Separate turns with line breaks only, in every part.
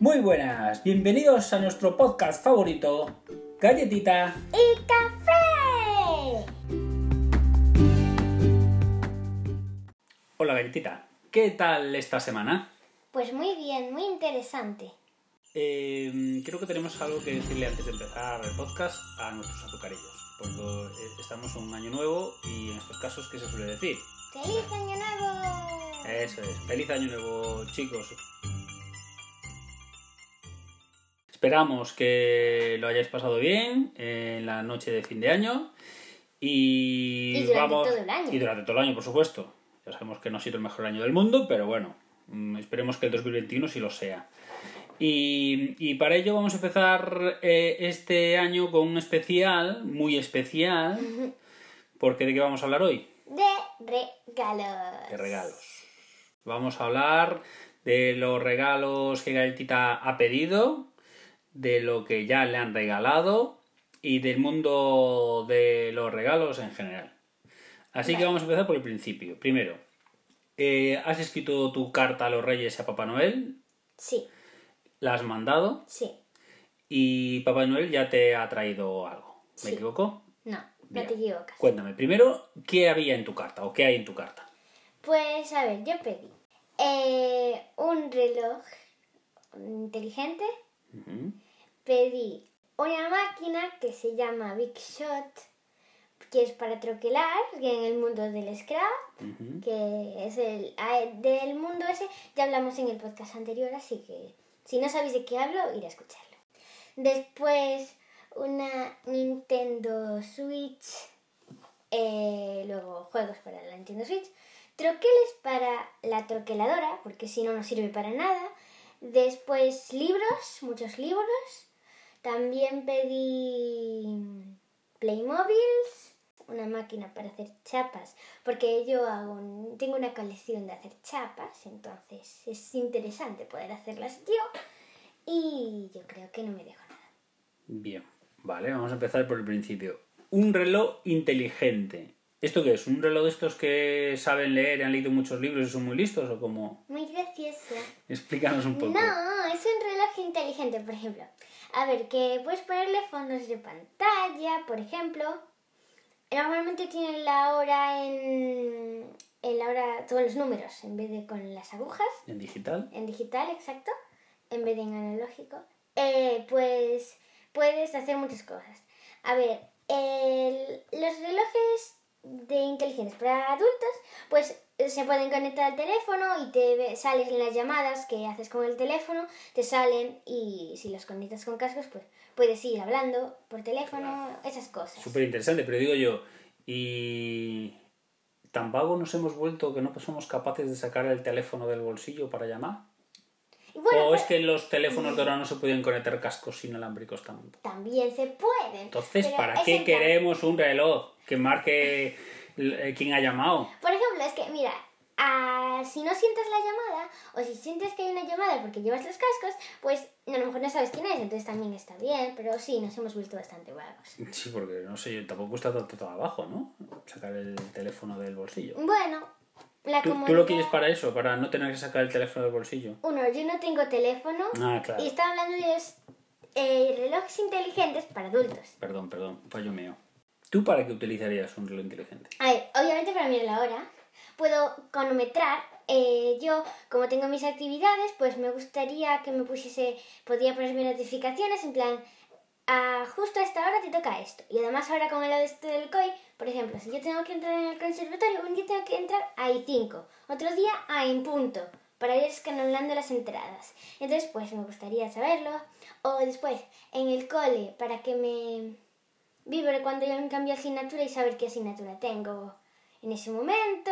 Muy buenas, bienvenidos a nuestro podcast favorito, Galletita.
y café.
Hola Galletita, ¿qué tal esta semana?
Pues muy bien, muy interesante.
Eh, creo que tenemos algo que decirle antes de empezar el podcast a nuestros azucarillos. Porque eh, estamos en un año nuevo y en estos casos, ¿qué se suele decir?
¡Feliz año nuevo!
Eso es. Feliz año nuevo, chicos. Esperamos que lo hayáis pasado bien en la noche de fin de año. Y,
Y durante
vamos.
todo el año.
Y durante todo el año, por supuesto. Ya sabemos que no ha sido el mejor año del mundo, pero bueno, mm, esperemos que el 2021 sí lo sea. Y, y para ello vamos a empezar eh, este año con un especial, muy especial, porque ¿de qué vamos a hablar hoy?
De regalos.
de regalos. Vamos a hablar de los regalos que Galletita ha pedido, de lo que ya le han regalado y del mundo de los regalos en general. Así que vamos a empezar por el principio. Primero, eh, has escrito tu carta a los Reyes y a Papá Noel,
Sí,
la has mandado
sí.
y Papá Noel ya te ha traído algo. ¿Me
Sí.
equivoco?
No,
Bien.
no te equivocas.
Cuéntame, primero, ¿qué había en tu carta o qué hay en tu carta?
Pues a ver, yo pedí eh, un reloj inteligente,
Ujú.
pedí una máquina que se llama Big Shot, que es para troquelar que en el mundo del scrap,
Ujú.
que es el a- del mundo ese, ya hablamos en el podcast anterior, así que si no sabéis de qué hablo, ir a escucharlo. Después una Nintendo Switch, eh, luego juegos para la Nintendo Switch, troqueles para la troqueladora, porque si no no sirve para nada. Después libros, muchos libros. También pedí Playmobiles, una máquina para hacer chapas, porque yo hago un- tengo una colección de hacer chapas, entonces es interesante poder hacerlas yo. Y yo creo que no me dejo nada.
Bien, vale, vamos a empezar por el principio. Un reloj inteligente. ¿Esto qué es? ¿Un reloj de estos que saben leer, han leído muchos libros y son muy listos? ¿O cómo?
Muy graciosa.
Explícanos un poco.
No, es un reloj inteligente, por ejemplo. A ver, que puedes ponerle fondos de pantalla, por ejemplo. Normalmente tienen la hora en, en la hora todos los números, en vez de con las agujas.
¿En digital?
En digital, exacto. En vez de en analógico. Eh, pues puedes hacer muchas cosas. A ver, el- los relojes de inteligentes para adultos, pues eh, se pueden conectar al teléfono y te ve- sales en las llamadas que haces con el teléfono, te salen y si los conectas con cascos, pues puedes ir hablando por teléfono, esas cosas.
Súper interesante, pero digo yo, ¿y tan vago nos hemos vuelto que no somos capaces de sacar el teléfono del bolsillo para llamar?
Y bueno,
¿O
pues,
Oh, es que los teléfonos de ahora no se podían conectar cascos inalámbricos tampoco?
pues, también se pueden.
Entonces,
pero
¿para
es
qué
en plan-
queremos un reloj que marque eh, quién ha llamado?
Por ejemplo, es que, mira, ah, si no sientes la llamada o si sientes que hay una llamada porque llevas los cascos, pues a lo mejor no sabes quién es, entonces también está bien, pero sí, nos hemos vuelto bastante vagos.
Sí, porque no sé, tampoco cuesta tanto trabajo, ¿no? Sacar el teléfono del bolsillo.
Bueno, la
¿Tú,
comodidad...
tú lo quieres para eso? Para no tener que sacar el teléfono del bolsillo.
Uno, yo no tengo teléfono
Ah, claro.
y estaba hablando de los eh, relojes inteligentes para adultos.
Perdón, perdón, fallo mío. ¿Tú para qué utilizarías un reloj inteligente?
A ver, obviamente para mirar la hora. Puedo cronometrar. eh, yo, como tengo mis actividades, pues me gustaría que me pusiese, podría ponerme notificaciones en plan, a justo a esta hora te toca esto. Y además ahora con el esto del COI, por ejemplo, si yo tengo que entrar en el conservatorio, un día tengo que entrar a I5, otro día a En Punto, para ir escalonando las entradas. Entonces, pues me gustaría saberlo. O después, en el cole, para que me vivir cuando yo me cambio asignatura y saber qué asignatura tengo en ese momento,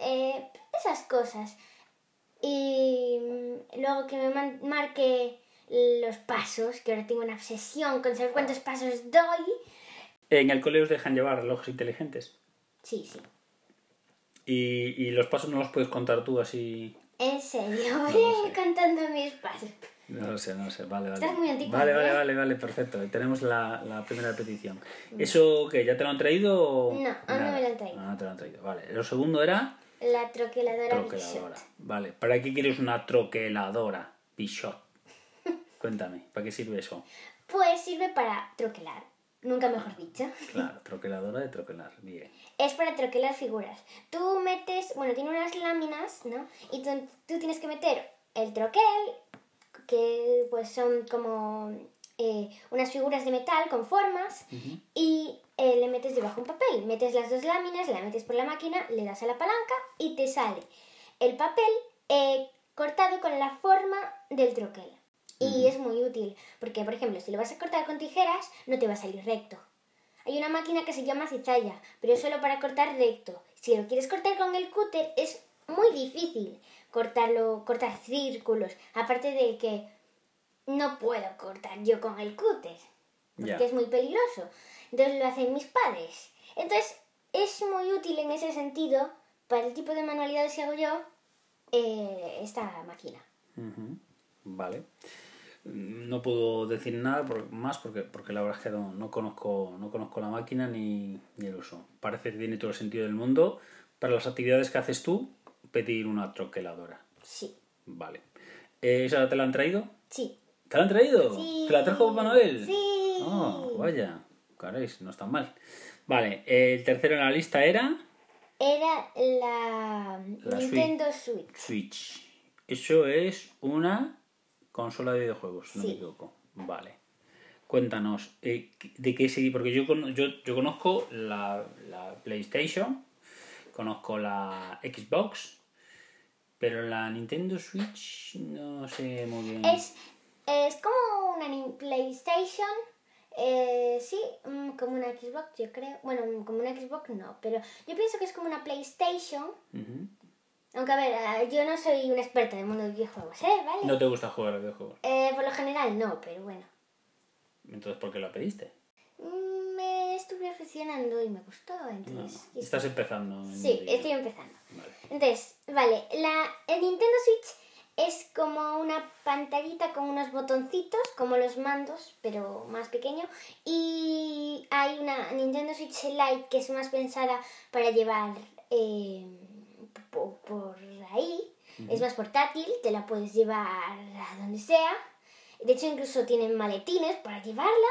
eh, esas cosas. Y mm, luego que me man- marque los pasos, que ahora tengo una obsesión con saber cuántos pasos doy.
En el cole os dejan llevar relojes inteligentes.
Sí, sí,
Y, y los pasos no los puedes contar tú así.
en serio, voy a ir contando mis pasos.
No sé, no sé, vale, vale.
Estás muy anticuado,
Vale, vale,
¿eh?
vale, vale, perfecto. Tenemos la, la primera petición. ¿Eso qué? ¿Ya te lo han traído? o-
Mm. No, aún no
Nada.
me lo han traído.
Ah, no te lo han traído. Vale. Lo segundo era.
La troqueladora, Big
Troqueladora.
Shot.
Vale, ¿para qué quieres una troqueladora? Pichot. Cuéntame, ¿para qué sirve eso?
Pues sirve para troquelar, nunca mejor dicho.
Claro, troqueladora de troquelar, bien.
Es para troquelar figuras. Tú metes, bueno, tiene unas láminas, ¿no? Y tú, tú tienes que meter el troquel, que pues son como eh, unas figuras de metal con formas,
Ujú.
y eh, le metes debajo un papel. Metes las dos láminas, la metes por la máquina, le das a la palanca y te sale el papel eh, cortado con la forma del troquel. Y es muy útil, porque por ejemplo, si lo vas a cortar con tijeras, no te va a salir recto. Hay una máquina que se llama cizalla, pero es solo para cortar recto. Si lo quieres cortar con el cúter, es muy difícil cortarlo, cortar círculos. Aparte de que no puedo cortar yo con el cúter, porque
Ya.
es muy peligroso. Entonces lo hacen mis padres. Entonces es muy útil en ese sentido para el tipo de manualidades que hago yo eh, esta máquina.
Ujú, Vale. Mm, No puedo decir nada por- más porque, porque la verdad es que no, no conozco, no conozco la máquina ni, ni el uso. Parece que tiene todo el sentido del mundo. Para las actividades que haces tú, pedir una troqueladora.
Sí,
Vale. Eh, ¿Esa te la han traído?
sí.
¿Te la han traído?
Sí.
¿Te la trajo Papá Noel?
Sí.
Ah, vaya. Caray, no está mal. Vale, el tercero en la lista era
Era la,
La
Nintendo Switch.
Switch. Eso es una consola de videojuegos, no
Sí.
me equivoco. Vale. Cuéntanos, eh, ¿de qué sería? Porque yo, cono- yo, yo conozco la, la PlayStation, conozco la Xbox, pero la Nintendo Switch no sé muy bien.
Es, es como una nin- PlayStation. eh, sí, mm, como una Xbox, yo creo. Bueno, mm, como una Xbox no, pero yo pienso que es como una PlayStation.
Ujú.
Aunque, a ver, ah, yo no soy una experta del mundo de videojuegos, ¿eh? ¿Vale?
No te gusta jugar a videojuegos.
Eh, por lo general no, pero bueno.
Entonces, ¿por qué la pediste?
Mm, Me estuve aficionando y me gustó,
No, no.
entonces... quise-
Estás empezando. en
Sí,
ello.
estoy empezando.
Vale.
Entonces, vale, la, el Nintendo Switch es como una pantallita con unos botoncitos, como los mandos, pero más pequeño. Y hay una Nintendo Switch Lite que es más pensada para llevar eh, po- por, ahí. Es más portátil, te la puedes llevar a donde sea. De hecho, incluso tienen maletines para llevarla.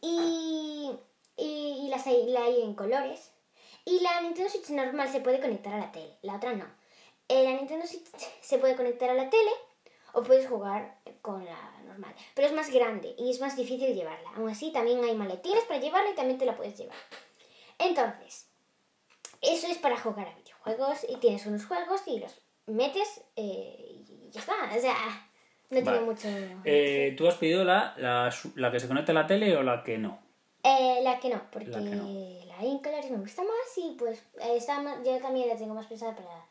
Y, y, y las hay, la hay en colores. Y la Nintendo Switch normal se puede conectar a la tele, la otra no. Eh, la Nintendo Switch se puede conectar a la tele o puedes jugar con la normal. Pero es más grande y es más difícil llevarla. Aún así, también hay maletines para llevarla y también te la puedes llevar. Entonces, eso es para jugar a videojuegos y tienes unos juegos y los metes eh, y ya está. O sea, no
Vale.
tiene mucho...
Eh, ¿Tú has pedido la, la, su- la que se conecta a la tele o la que no?
Eh, la que no, porque
La
la,
que no.
hay en colores me gusta más y pues eh, está más- yo también la tengo más pensada para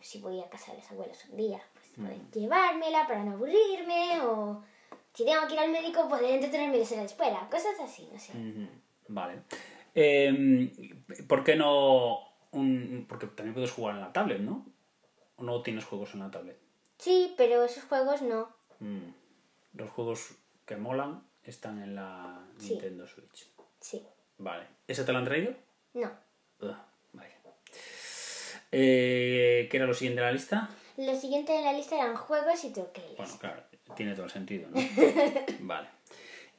si voy a casa de los abuelos un día, pues
Mm.
poder llevármela para no aburrirme o si tengo que ir al médico poder entretenerme en la espera, cosas así, no sé.
Ujú, Vale. Eh, ¿Por qué no un- Porque también puedes jugar en la tablet, ¿no? ¿O no tienes juegos en la tablet?
Sí, pero esos juegos no.
Mm. Los juegos que molan están en la
Sí.
Nintendo Switch.
Sí,
Vale. ¿Esa te la han traído?
no.
Ugh, vaya. Eh, ¿Qué era lo siguiente de la lista?
Lo siguiente en la lista eran juegos y troqueles.
Bueno, claro, tiene todo el sentido, ¿no? vale.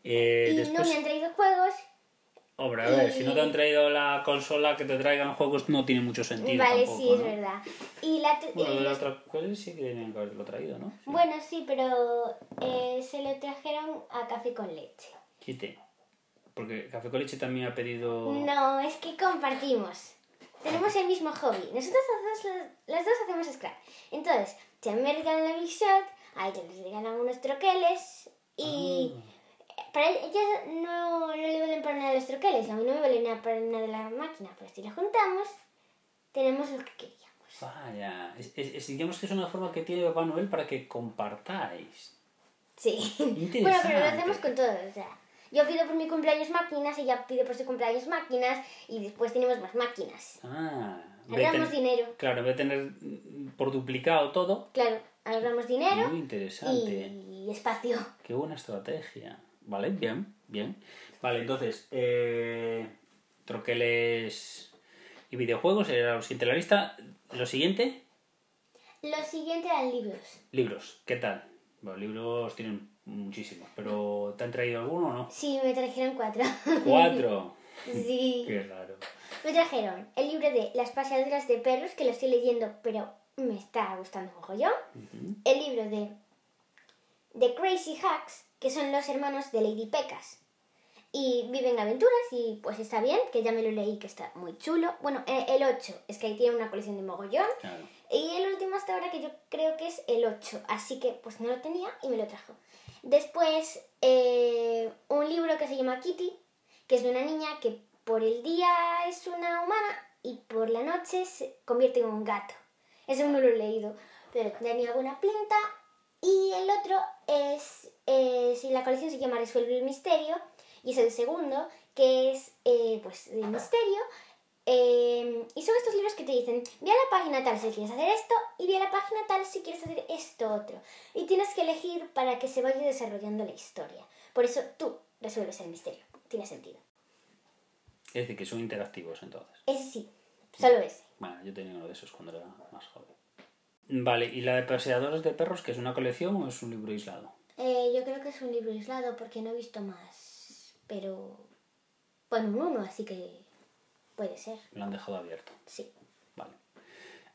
Eh,
y no
después...
me han traído juegos.
Hombre, a ver,
y-
si no te han traído la consola que te traigan juegos no tiene mucho sentido.
Vale,
tampoco,
sí,
¿no?
es verdad. Y la tr-
Bueno,
y
de
los
las tracuelas sí que tenían que haberlo traído, ¿no? Sí.
Bueno, sí, pero eh, se lo trajeron a café con leche.
Quite. Porque Café con Leche también ha pedido...
No, es que compartimos. Tenemos el mismo hobby. Nosotros las dos, las dos hacemos scrap. Entonces, si a mí me regalan la Big Shot, a ellos les regalan unos troqueles y... Para ellos no, no le valen para nada los troqueles, a mí no me valen nada para nada la máquina, pero si la juntamos, tenemos lo que queríamos.
Vaya, es, es- es- digamos que es una forma que tiene Papá Noel para que compartáis.
Sí. Bueno,
Interesante.
pero lo hacemos con todo, o sea. Yo pido por mi cumpleaños máquinas, ella pide por su cumpleaños máquinas y después tenemos más máquinas.
Ah, en vez de
Ahorramos
tener-
dinero,
Claro, en vez de tener mm, por duplicado todo.
claro, ahorramos dinero
Muy interesante.
y espacio.
Qué buena estrategia. Vale, bien, bien. Vale, entonces, eh, troqueles y videojuegos era lo siguiente en la lista. Lo siguiente,
Lo siguiente eran libros.
libros. ¿Qué tal? Bueno, libros tienen Muchísimos. ¿Pero te han traído alguno o no?
Sí, me trajeron cuatro.
Cuatro.
sí.
Qué raro.
Me trajeron el libro de Las paseaduras de perros, que lo estoy leyendo, pero me está gustando mogollón.
Ujú.
El libro de The Crazy Hacks, que son los hermanos de Lady Pecas. Y viven aventuras y pues está bien, que ya me lo leí, que está muy chulo. Bueno, eh, el 8, es que ahí tiene una colección de mogollón.
Claro.
Y el último hasta ahora que yo creo que es el 8, así que pues no lo tenía y me lo trajo. Después, eh, un libro que se llama Kitty, que es de una niña que por el día es una humana y por la noche se convierte en un gato. Ese no lo he leído, pero tenía buena pinta. Y el otro es, eh, si la colección se llama Resuelve el Misterio, y es el segundo, que es eh, pues de misterio. Eh, y son estos libros que te dicen, ve a la página tal si quieres hacer esto y ve a la página tal si quieres hacer esto otro. Y tienes que elegir para que se vaya desarrollando la historia. Por eso tú resuelves el misterio. Tiene sentido.
Es decir, que son interactivos entonces.
Ese sí, solo ese.
Bueno, yo tenía uno de esos cuando era más joven. Vale, ¿y la de Paseadores de Perros, que es una colección o es un libro aislado?
Eh, yo creo que es un libro aislado porque no he visto más. Pero... Bueno, un uno, así que... Puede ser,
Lo han dejado abierto.
sí.
Vale.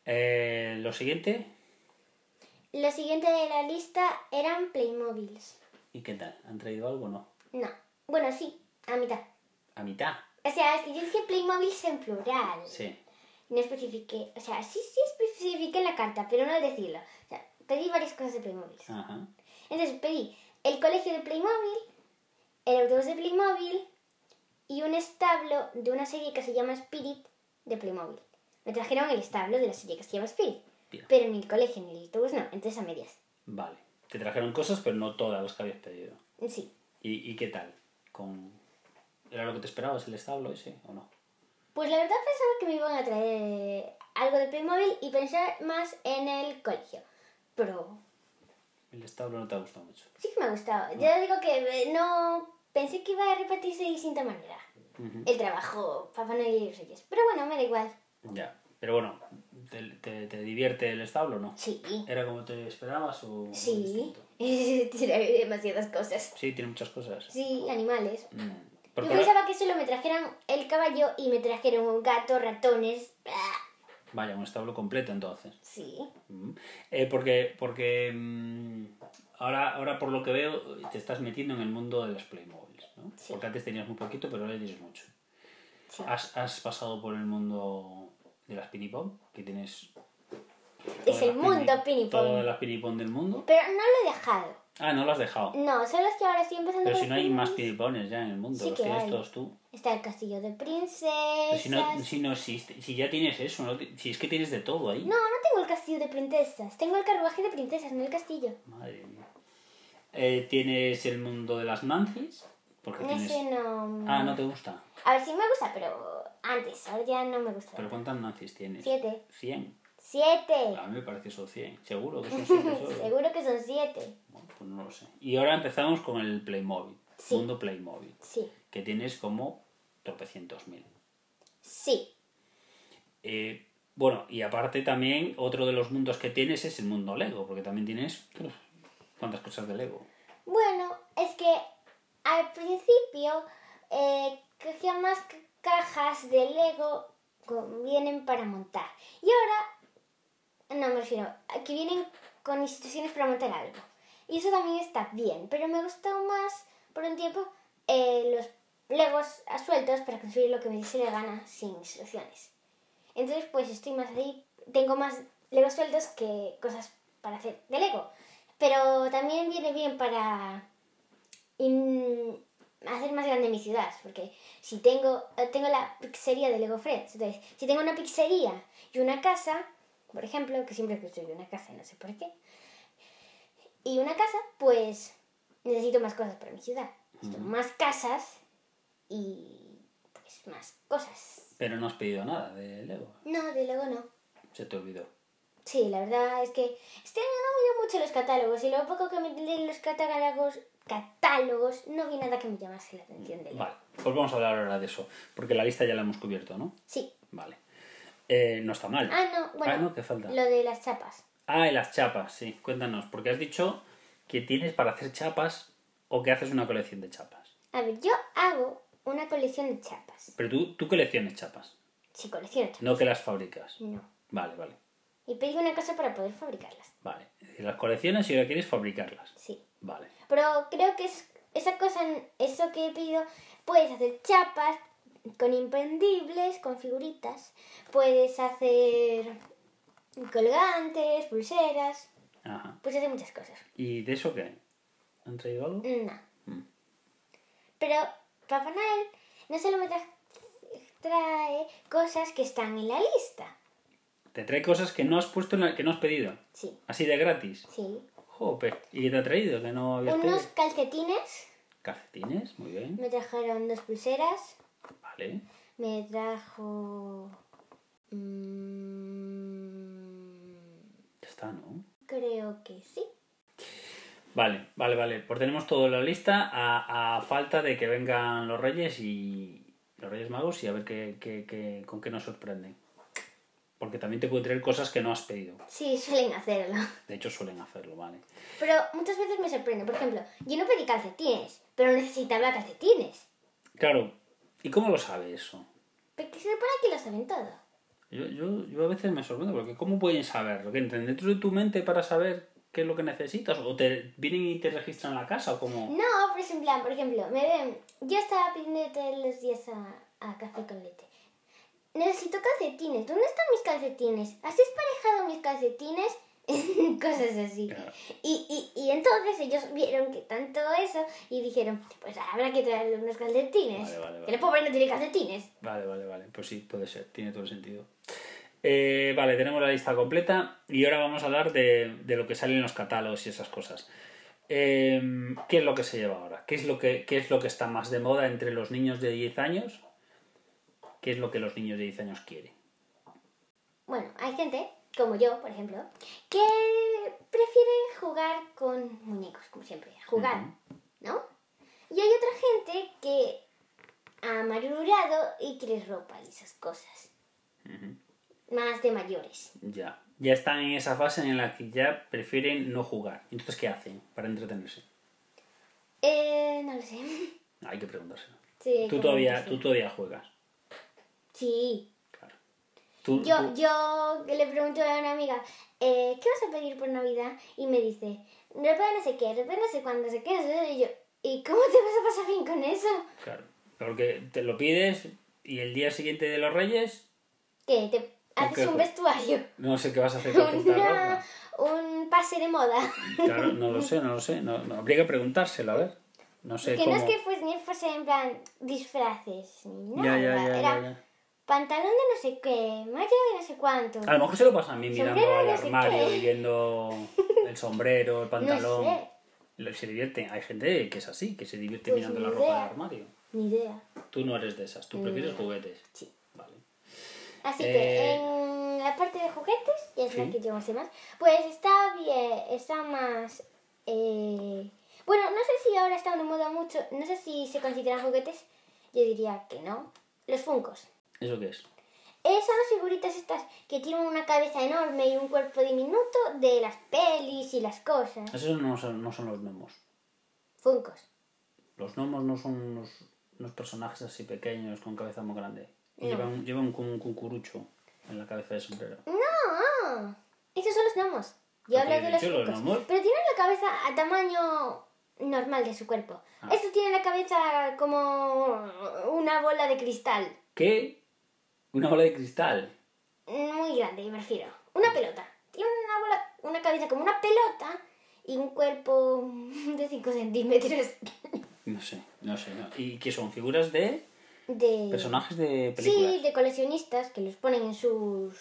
Eh, lo siguiente,
Lo siguiente de la lista eran Playmobiles.
¿y qué tal? ¿Han traído algo o no?
No. Bueno, sí, a mitad.
A mitad.
O sea, es que yo dije Playmobiles en plural.
Sí.
No especifiqué. O sea, sí, sí especifiqué en la carta, pero no al decirlo. O sea, pedí varias cosas de Playmobil.
Ajá.
Entonces pedí el colegio de Playmobil, el autobús de Playmobil y un establo de una serie que se llama Spirit de Playmobil. Me trajeron el establo de la serie que se llama Spirit.
Bien.
Pero ni el colegio ni el autobús no, entonces a medias.
Vale. Te trajeron cosas, pero no todas las que habías pedido.
Sí.
¿Y, y qué tal? Con... ¿Era lo que te esperabas, el establo ese o no?
Pues la verdad pensaba que me iban a traer algo de Playmobil y pensar más en el colegio. Pero
El establo no te ha gustado mucho.
Sí que me ha
Ah.
gustado. Yo digo que eh, no pensé que iba a repartirse de distinta manera.
Ujú.
El trabajo, Papá Noel y los Reyes. Pero bueno, me da igual.
Ya. Pero bueno, ¿te, te, te divierte el establo o no?
Sí.
¿Era como te esperabas o...? o
Sí.
distinto?
Tiene demasiadas cosas.
Sí, tiene muchas cosas.
Sí, animales.
Mm.
Yo
Porque ahora-
pensaba que solo me trajeran el caballo y me trajeron un gato, ratones. Ah,
Vaya, un establo completo entonces.
Sí.
Mm. Eh, porque porque mm, ahora, ahora por lo que veo te estás metiendo en el mundo de las Playmobiles, ¿no?
Sí.
Porque antes tenías muy poquito, pero ahora tienes mucho.
Sí.
¿Has, has pasado por el mundo de las pinipón? Que tienes...
Es
todas
el
las
mundo
pini-
pinipón.
Todas las pinipón del mundo.
Pero no lo he dejado.
Ah, no lo has dejado.
No, solo es que ahora estoy empezando
Pero
con
si
los
no hay más
primeros.
pinipones ya en el mundo,
Sí
los
que
tienes
hay.
todos tú.
Está el castillo de
Pero
princesas.
si no, si no existe, si ya tienes eso, ¿no? si es que tienes de todo ahí.
No, no tengo el castillo de princesas. Tengo el carruaje de princesas, no el castillo.
Madre mía. Eh, tienes el mundo de las Nancy's. Porque tienes...
Ese no.
Ah, no te gusta.
A ver, sí me gusta, pero antes, ahora ya no me gusta.
¿Pero Ah, cuántas Nancy's tienes?
Siete.
100.
¡Siete!
A mí me parece que son 100. Seguro que son 100 solo.
Seguro que son siete.
Bueno, pues no lo sé. Y ahora empezamos con el Playmobil.
Sí.
Mundo Playmobil.
Sí.
Que tienes como tropecientos mil.
Sí.
Eh, bueno, y aparte también, otro de los mundos que tienes es el mundo Lego. Porque también tienes. uf, ¿Cuántas cosas de Lego?
Bueno, es que al principio eh, cogía más ca- cajas de Lego con- vienen para montar. Y ahora, no me refiero, a que vienen con instrucciones para montar algo. Y eso también está bien, pero me gustó más por un tiempo eh, los Legos a sueltos para construir lo que me dice la gana sin instrucciones. Entonces, pues estoy más ahí, tengo más Legos sueltos que cosas para hacer de Lego. Pero también viene bien para in- hacer más grande mi ciudad, porque si tengo, eh, tengo la pizzería de Lego Friends, entonces si tengo una pizzería y una casa, por ejemplo, que siempre construyo una casa, no sé por qué, y una casa, pues necesito más cosas para mi ciudad. Necesito
Ujú.
más casas y pues más cosas.
Pero no has pedido nada de Lego.
No, de Lego no.
Se te olvidó.
Sí, la verdad es que este año no miro mucho los catálogos y lo poco que me de los catálogos, catálogos, no vi nada que me llamase la atención de él.
Vale, pues vamos a hablar ahora de eso, porque la lista ya la hemos cubierto, ¿no?
Sí.
Vale. Eh, no está mal.
Ah, no, bueno,
Ah, no, que falta.
lo de las chapas.
Ah, y las chapas, sí. Cuéntanos, porque has dicho que tienes para hacer chapas o que haces una colección de chapas.
A ver, yo hago una colección de chapas.
Pero tú, tú colecciones chapas,
Sí, colecciono chapas.
no que las fabricas.
No.
Vale, vale.
Y pedí una casa para poder fabricarlas.
Vale. Es decir, Las colecciones y ahora quieres fabricarlas.
Sí.
Vale.
Pero creo que es- esa cosa, eso que he pedido, puedes hacer chapas con impendibles, con figuritas. Puedes hacer colgantes, pulseras.
Ajá.
Puedes hacer pues muchas cosas.
¿Y de eso qué? ¿Han traído algo?
No.
Mm.
Pero Papá Noel no solo me tra- trae cosas que están en la lista.
Te trae cosas que no has puesto en la... que no has pedido.
Sí,
Así de gratis.
sí.
Jope. ¿Y qué te ha traído? Que no habías
Unos
pedido.
calcetines.
Calcetines, muy bien.
Me trajeron dos pulseras.
Vale.
Me trajo... mm,
Ya está, ¿no?
creo que sí.
Vale, vale, vale. Pues tenemos todo en la lista a, a falta de que vengan los reyes y los reyes magos y a ver qué, qué- qué- con qué nos sorprenden. Porque también te puede traer cosas que no has pedido.
Sí, suelen hacerlo.
De hecho, suelen hacerlo, ¿vale?
Pero muchas veces me sorprende. Por ejemplo, yo no pedí calcetines, pero necesitaba calcetines.
Claro, ¿y cómo lo sabe eso?
Porque se supone que lo saben todo.
Yo, yo, yo a veces me sorprendo, porque ¿cómo pueden saberlo? ¿Que entran dentro de tu mente para saber qué es lo que necesitas? ¿O te vienen y te registran la casa? ¿O cómo?
No, pero es en plan, por ejemplo, me ven. Yo estaba pidiendo todos los días a, a café con leche. Necesito calcetines. ¿Dónde están mis calcetines? ¿Has desparejado mis calcetines? Cosas así.
Claro.
Y, y, y entonces ellos vieron que tanto eso y dijeron, pues habrá que traerle unos calcetines.
Vale, vale,
Que
vale.
el pobre no tiene calcetines.
Vale, vale, vale. Pues sí, puede ser. Tiene todo el sentido. Eh, vale, tenemos la lista completa y ahora vamos a hablar de, de lo que sale en los catálogos y esas cosas. Em, ¿Qué es lo que se lleva ahora? ¿Qué es, lo que, ¿Qué es lo que está más de moda entre los niños de 10 años? ¿Qué es lo que los niños de 10 años quieren?
Bueno, hay gente, como yo, por ejemplo, que prefiere jugar con muñecos, como siempre, a jugar,
Ujú.
¿no? Y hay otra gente que ha madurado y quiere ropa y esas cosas. Más de mayores.
Ya. Ya están en esa fase en la que ya prefieren no jugar. Entonces, ¿qué hacen para entretenerse?
Eh, no lo sé.
Hay que preguntárselo.
Sí,
Tú
como
todavía,
no sé.
tú todavía juegas.
Sí.
Claro. Tú-
Yo,
tú-
yo le pregunto a una amiga, eh, ¿qué vas a pedir por Navidad? Y me dice, ropa no sé qué, ropa no sé cuándo, no sé qué, no sé qué". Y yo, ¿y cómo te vas a pasar bien con eso?
Claro. Porque te lo pides y el día siguiente de los Reyes,
¿Qué? ¿Te haces
qué?
un vestuario?
no sé qué vas a hacer con tanta
Una,
ropa.
un pase de moda.
Claro, no lo sé, no lo sé. No, no, habría que preguntárselo, a ver. No sé
que
cómo.
no es que fuese, ni fuese en plan disfraces ni
ya,
nada.
ya, ya,
Era
ya, ya.
pantalón de no sé qué, malla de no sé cuánto.
A lo mejor se lo pasan bien mirando
Sombrero
al
de no sé
armario
qué.
y viendo el sombrero, el pantalón.
sé.
Lo- Se divierten. Hay gente que es así, que se divierte
Pues
mirando
ni
la ropa
idea.
del armario.
Ni idea.
Tú no eres de esas, tú prefieres juguetes.
Sí.
Vale.
Así
Eh.
que en la parte de juguetes, y es
Sí.
la que yo sé más, pues está bien, está más... eh, Bueno, no sé si ahora está de moda mucho, no sé si se consideran juguetes, yo diría que no. Los funcos.
¿Eso qué es?
Eh, son las figuritas estas que tienen una cabeza enorme y un cuerpo diminuto de las pelis y las cosas.
Esos no son, no son los gnomos.
Funcos.
Los gnomos no son unos, unos personajes así pequeños con cabeza muy grande. Y
No.
llevan, llevan como un cucurucho en la cabeza de sombrero.
¡No! Esos son los gnomos. Yo
Ah,
hablo
pero
de
he
los
dicho los
funcos.
gnomos.
Pero tienen la cabeza a tamaño normal de su cuerpo.
Ah.
Estos tienen la cabeza como una bola de cristal.
¿Qué? Una bola de cristal.
Muy grande, me refiero. Una pelota. Tienen una, bola, una cabeza como una pelota y un cuerpo de 5 centímetros
No sé, no sé. no. ¿Y qué son? ¿Figuras de
de...
personajes de películas?
Sí, de coleccionistas que los ponen en sus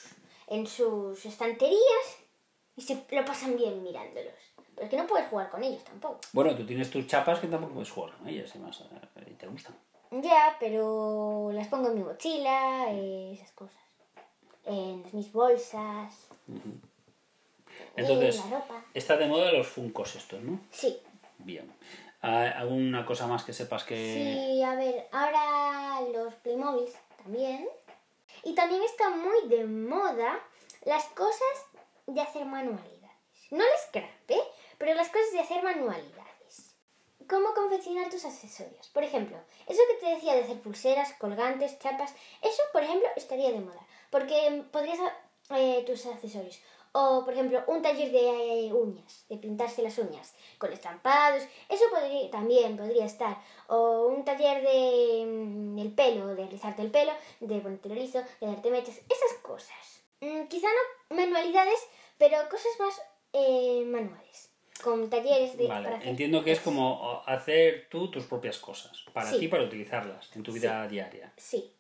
en sus estanterías y se lo pasan bien mirándolos. Pero es que no puedes jugar con ellos tampoco.
Bueno, tú tienes tus chapas que tampoco puedes jugar con ellas, además. eh, Te gustan.
Ya, pero las pongo en mi mochila, eh, esas cosas. En mis bolsas,
Entonces,
en la ropa.
está de moda los funcos estos, ¿no?
Sí.
Bien. ¿Hay ¿Alguna cosa más que sepas que...?
Sí, a ver, ahora los Playmobil también. Y también está muy de moda las cosas de hacer manualidades. No el scrap, ¿eh? pero las cosas de hacer manualidades. ¿Cómo confeccionar tus accesorios? Por ejemplo, eso que te decía de hacer pulseras, colgantes, chapas, eso, por ejemplo, estaría de moda, porque em, podrías eh, tus accesorios. O, por ejemplo, un taller de eh, uñas, de pintarse las uñas, con estampados, eso podría, también podría estar. O un taller de mm, del pelo, de rizarte el pelo, de ponértelo liso, de darte mechas, esas cosas. Mm, quizá no manualidades, pero cosas más eh, manuales, con talleres de...
Vale,
para hacer
entiendo que es
cosas.
como o- hacer tú tus propias cosas, para
Sí.
ti, para utilizarlas en tu vida diaria.
Sí,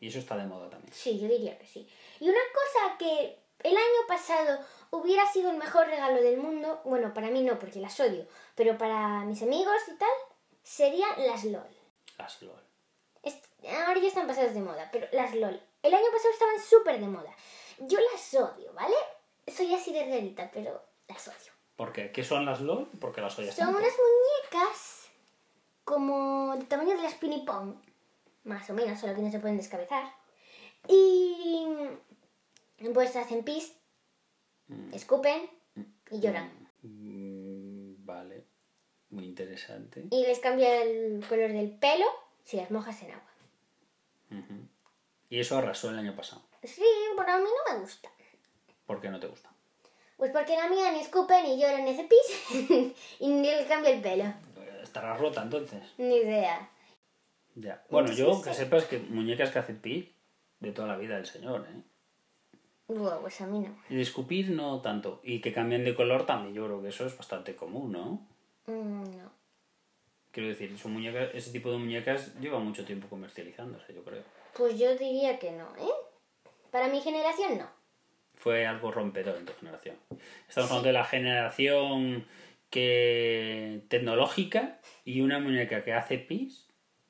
Y eso está de moda también.
Sí, yo diría que sí. Y una cosa que el año pasado hubiera sido el mejor regalo del mundo, bueno, para mí no, porque las odio, pero para mis amigos y tal, serían las LOL.
Las LOL.
Est- ahora ya están pasadas de moda, pero las LOL. El año pasado estaban súper de moda. Yo las odio, ¿vale? Soy así de rarita, pero las odio.
¿Por qué? ¿Qué son las LOL? Porque las ollas
Son
tanto.
unas muñecas como del tamaño de las pinipón, más o menos, solo que no se pueden descabezar. Y pues hacen pis, escupen y lloran.
Mm, Vale. Muy interesante.
Y les cambia el color del pelo si las mojas en agua.
Ujú. Y eso arrasó el año pasado.
Sí, bueno, a mí no me gusta.
¿Por qué no te gusta?
Pues porque la mía ni escupe, ni llora, ni hace pis, y ni le cambia el pelo.
Eh, Estará rota entonces.
Ni idea.
Ya. Bueno, yo
Entonces,
que
sí.
sepas que muñecas que hacen pi de toda la vida del señor, ¿eh?
Buah, pues a mí no.
Y de escupir no tanto. Y que cambien de color también, yo creo que eso es bastante común, ¿no?
Mm, no.
Quiero decir, son muñecas, ese tipo de muñecas lleva mucho tiempo comercializándose, yo creo.
Pues yo diría que no, ¿eh? Para mi generación no.
Fue algo rompedor en tu generación. Estamos hablando de la generación que tecnológica y una muñeca que hace pis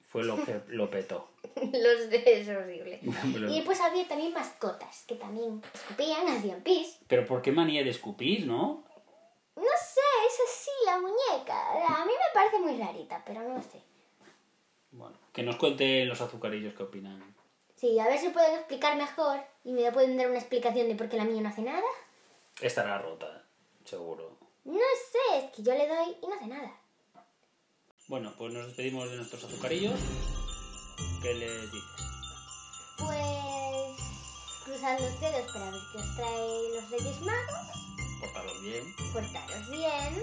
fue lo que lo petó.
Los de es horrible.
Pero-
Y pues había también mascotas que también escupían, hacían pis.
Pero ¿por qué manía de escupir, no?
No sé, es así la muñeca. A mí me parece muy rarita, pero no sé.
Bueno, que nos cuenten los azucarillos qué opinan.
Sí, a ver si pueden explicar mejor y me pueden dar una explicación de por qué la mía no hace nada.
Estará rota, seguro.
No sé, es que yo le doy y no hace nada.
Bueno, pues nos despedimos de nuestros azucarillos. ¿Qué les dices?
Pues cruzad los dedos para ver qué os trae los Reyes Magos,
Portaros bien.
portaros bien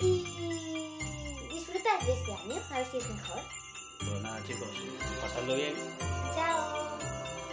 y disfrutad de este año, a ver si es mejor.
Pues nada, chicos, pasadlo bien.
Chao.